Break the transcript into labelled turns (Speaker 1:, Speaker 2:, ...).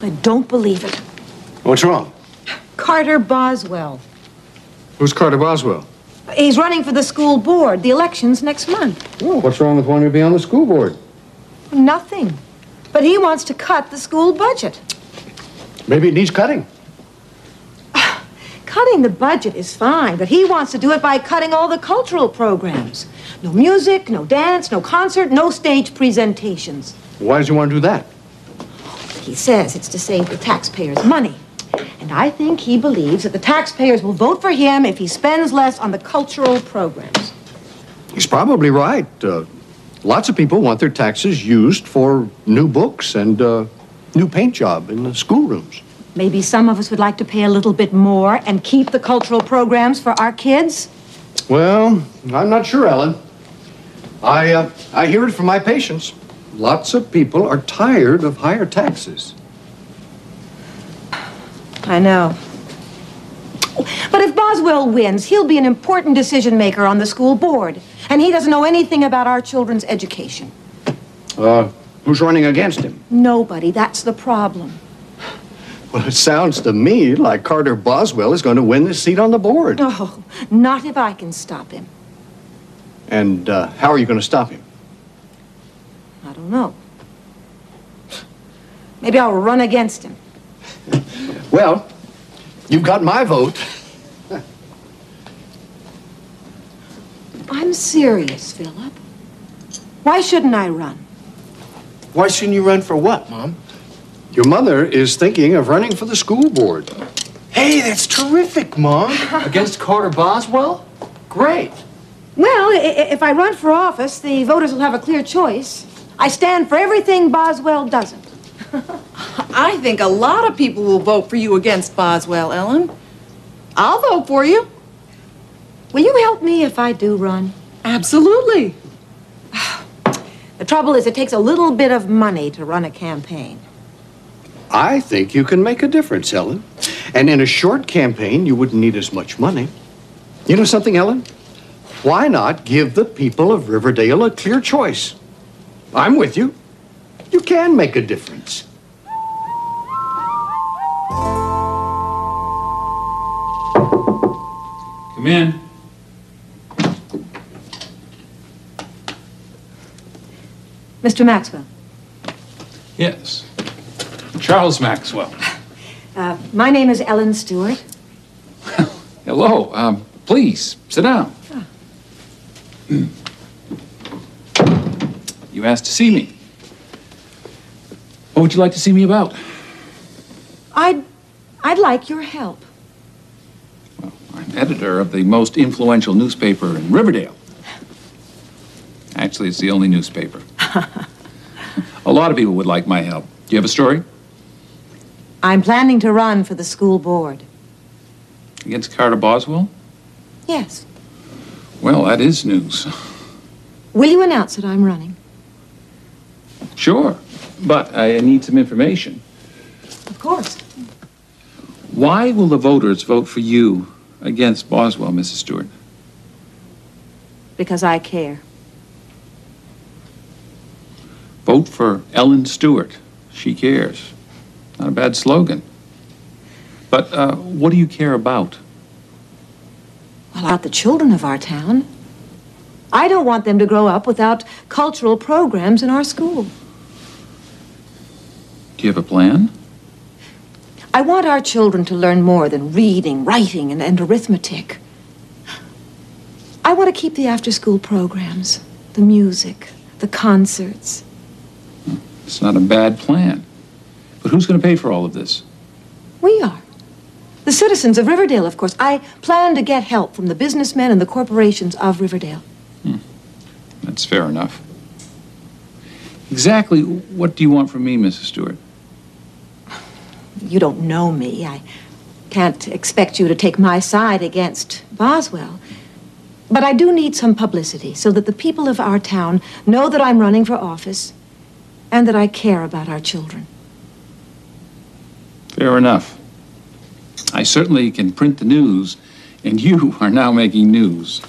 Speaker 1: I don't believe it.
Speaker 2: What's wrong?
Speaker 1: Carter Boswell.
Speaker 2: Who's Carter Boswell?
Speaker 1: He's running for the school board. The election's next month.
Speaker 2: Well, Oh, what's wrong with wanting to be on the school board?
Speaker 1: Nothing. But he wants to cut the school budget.
Speaker 2: Maybe it needs cutting.
Speaker 1: Cutting the budget is fine, but he wants to do it by cutting all the cultural programs. No music, no dance, no concert, no stage presentations.
Speaker 2: Why does he want to do that?
Speaker 1: He says it's to save the taxpayers money. And I think he believes that the taxpayers will vote for him if he spends less on the cultural programs.
Speaker 2: He's probably right. Uh, lots of people want their taxes used for new books and uh, new paint job in the schoolrooms.
Speaker 1: Maybe some of us would like to pay a little bit more and keep the cultural programs for our kids.
Speaker 2: Well, I'm not sure, Ellen. I, uh, I hear it from my patients. Lots of people are tired of higher taxes.
Speaker 1: I know. But if Boswell wins, he'll be an important decision maker on the school board. And he doesn't know anything about our children's education.
Speaker 2: Uh, who's running against him?
Speaker 1: Nobody. That's the problem.
Speaker 2: Well, it sounds to me like Carter Boswell is going to win this seat on the board.
Speaker 1: No, not if I can stop him.
Speaker 2: And uh, how are you going to stop him?
Speaker 1: I don't know. Maybe I'll run against him.
Speaker 2: Well, you've got my vote.
Speaker 1: I'm serious, Philip. Why shouldn't I run?
Speaker 3: Why shouldn't you run for what, Mom?
Speaker 2: Your mother is thinking of running for the school board.
Speaker 3: Hey, that's terrific, Mom. Against Carter Boswell? Great.
Speaker 1: Well, i- i- if I run for office, the voters will have a clear choice. I stand for everything Boswell doesn't.
Speaker 4: I think a lot of people will vote for you against Boswell, Ellen. I'll vote for you.
Speaker 1: Will you help me if I do run?
Speaker 4: Absolutely.
Speaker 1: The trouble is, it takes a little bit of money to run a campaign.
Speaker 2: I think you can make a difference, Ellen. And in a short campaign, you wouldn't need as much money. You know something, Ellen? Why not give the people of Riverdale a clear choice? I'm with you. You can make a difference.
Speaker 5: Come in.
Speaker 1: Mr. Maxwell,
Speaker 5: Yes. Charles Maxwell.
Speaker 1: uh, my name is Ellen Stewart.
Speaker 5: Hello. Um, please sit down. Hmm. You asked to see me. What would you like to see me about?
Speaker 1: I'd, I'd like your help.
Speaker 5: I'm editor of the most influential newspaper in Riverdale. Actually, it's the only newspaper. a lot of people would like my help. Do you have a story?
Speaker 1: I'm planning to run for the school board.
Speaker 5: Against Carter Boswell?
Speaker 1: Yes.
Speaker 5: Well, that is news.
Speaker 1: Will you announce that I'm running?
Speaker 5: Sure. But I need some information.
Speaker 1: Of course.
Speaker 5: Why will the voters vote for you against Boswell, Mrs. Stewart?
Speaker 1: Because I care.
Speaker 5: Vote for Ellen Stewart. She cares. Not a bad slogan. But uh, what do you care about?
Speaker 1: Well, about the children of our town. I don't want them to grow up without cultural programs in our school.
Speaker 5: Do you have a plan?
Speaker 1: I want our children to learn more than reading, writing, and, and arithmetic. I want to keep the after school programs, the music, the concerts.
Speaker 5: It's not a bad plan. But who's going to pay for all of this?
Speaker 1: We are. The citizens of Riverdale, of course. I plan to get help from the businessmen and the corporations of Riverdale.
Speaker 5: That's fair enough. Exactly what do you want from me, Mrs. Stewart?
Speaker 1: You don't know me. I can't expect you to take my side against Boswell. But I do need some publicity so that the people of our town know that I'm running for office and that I care about our children.
Speaker 5: Fair enough. I certainly can print the news, and you are now making news.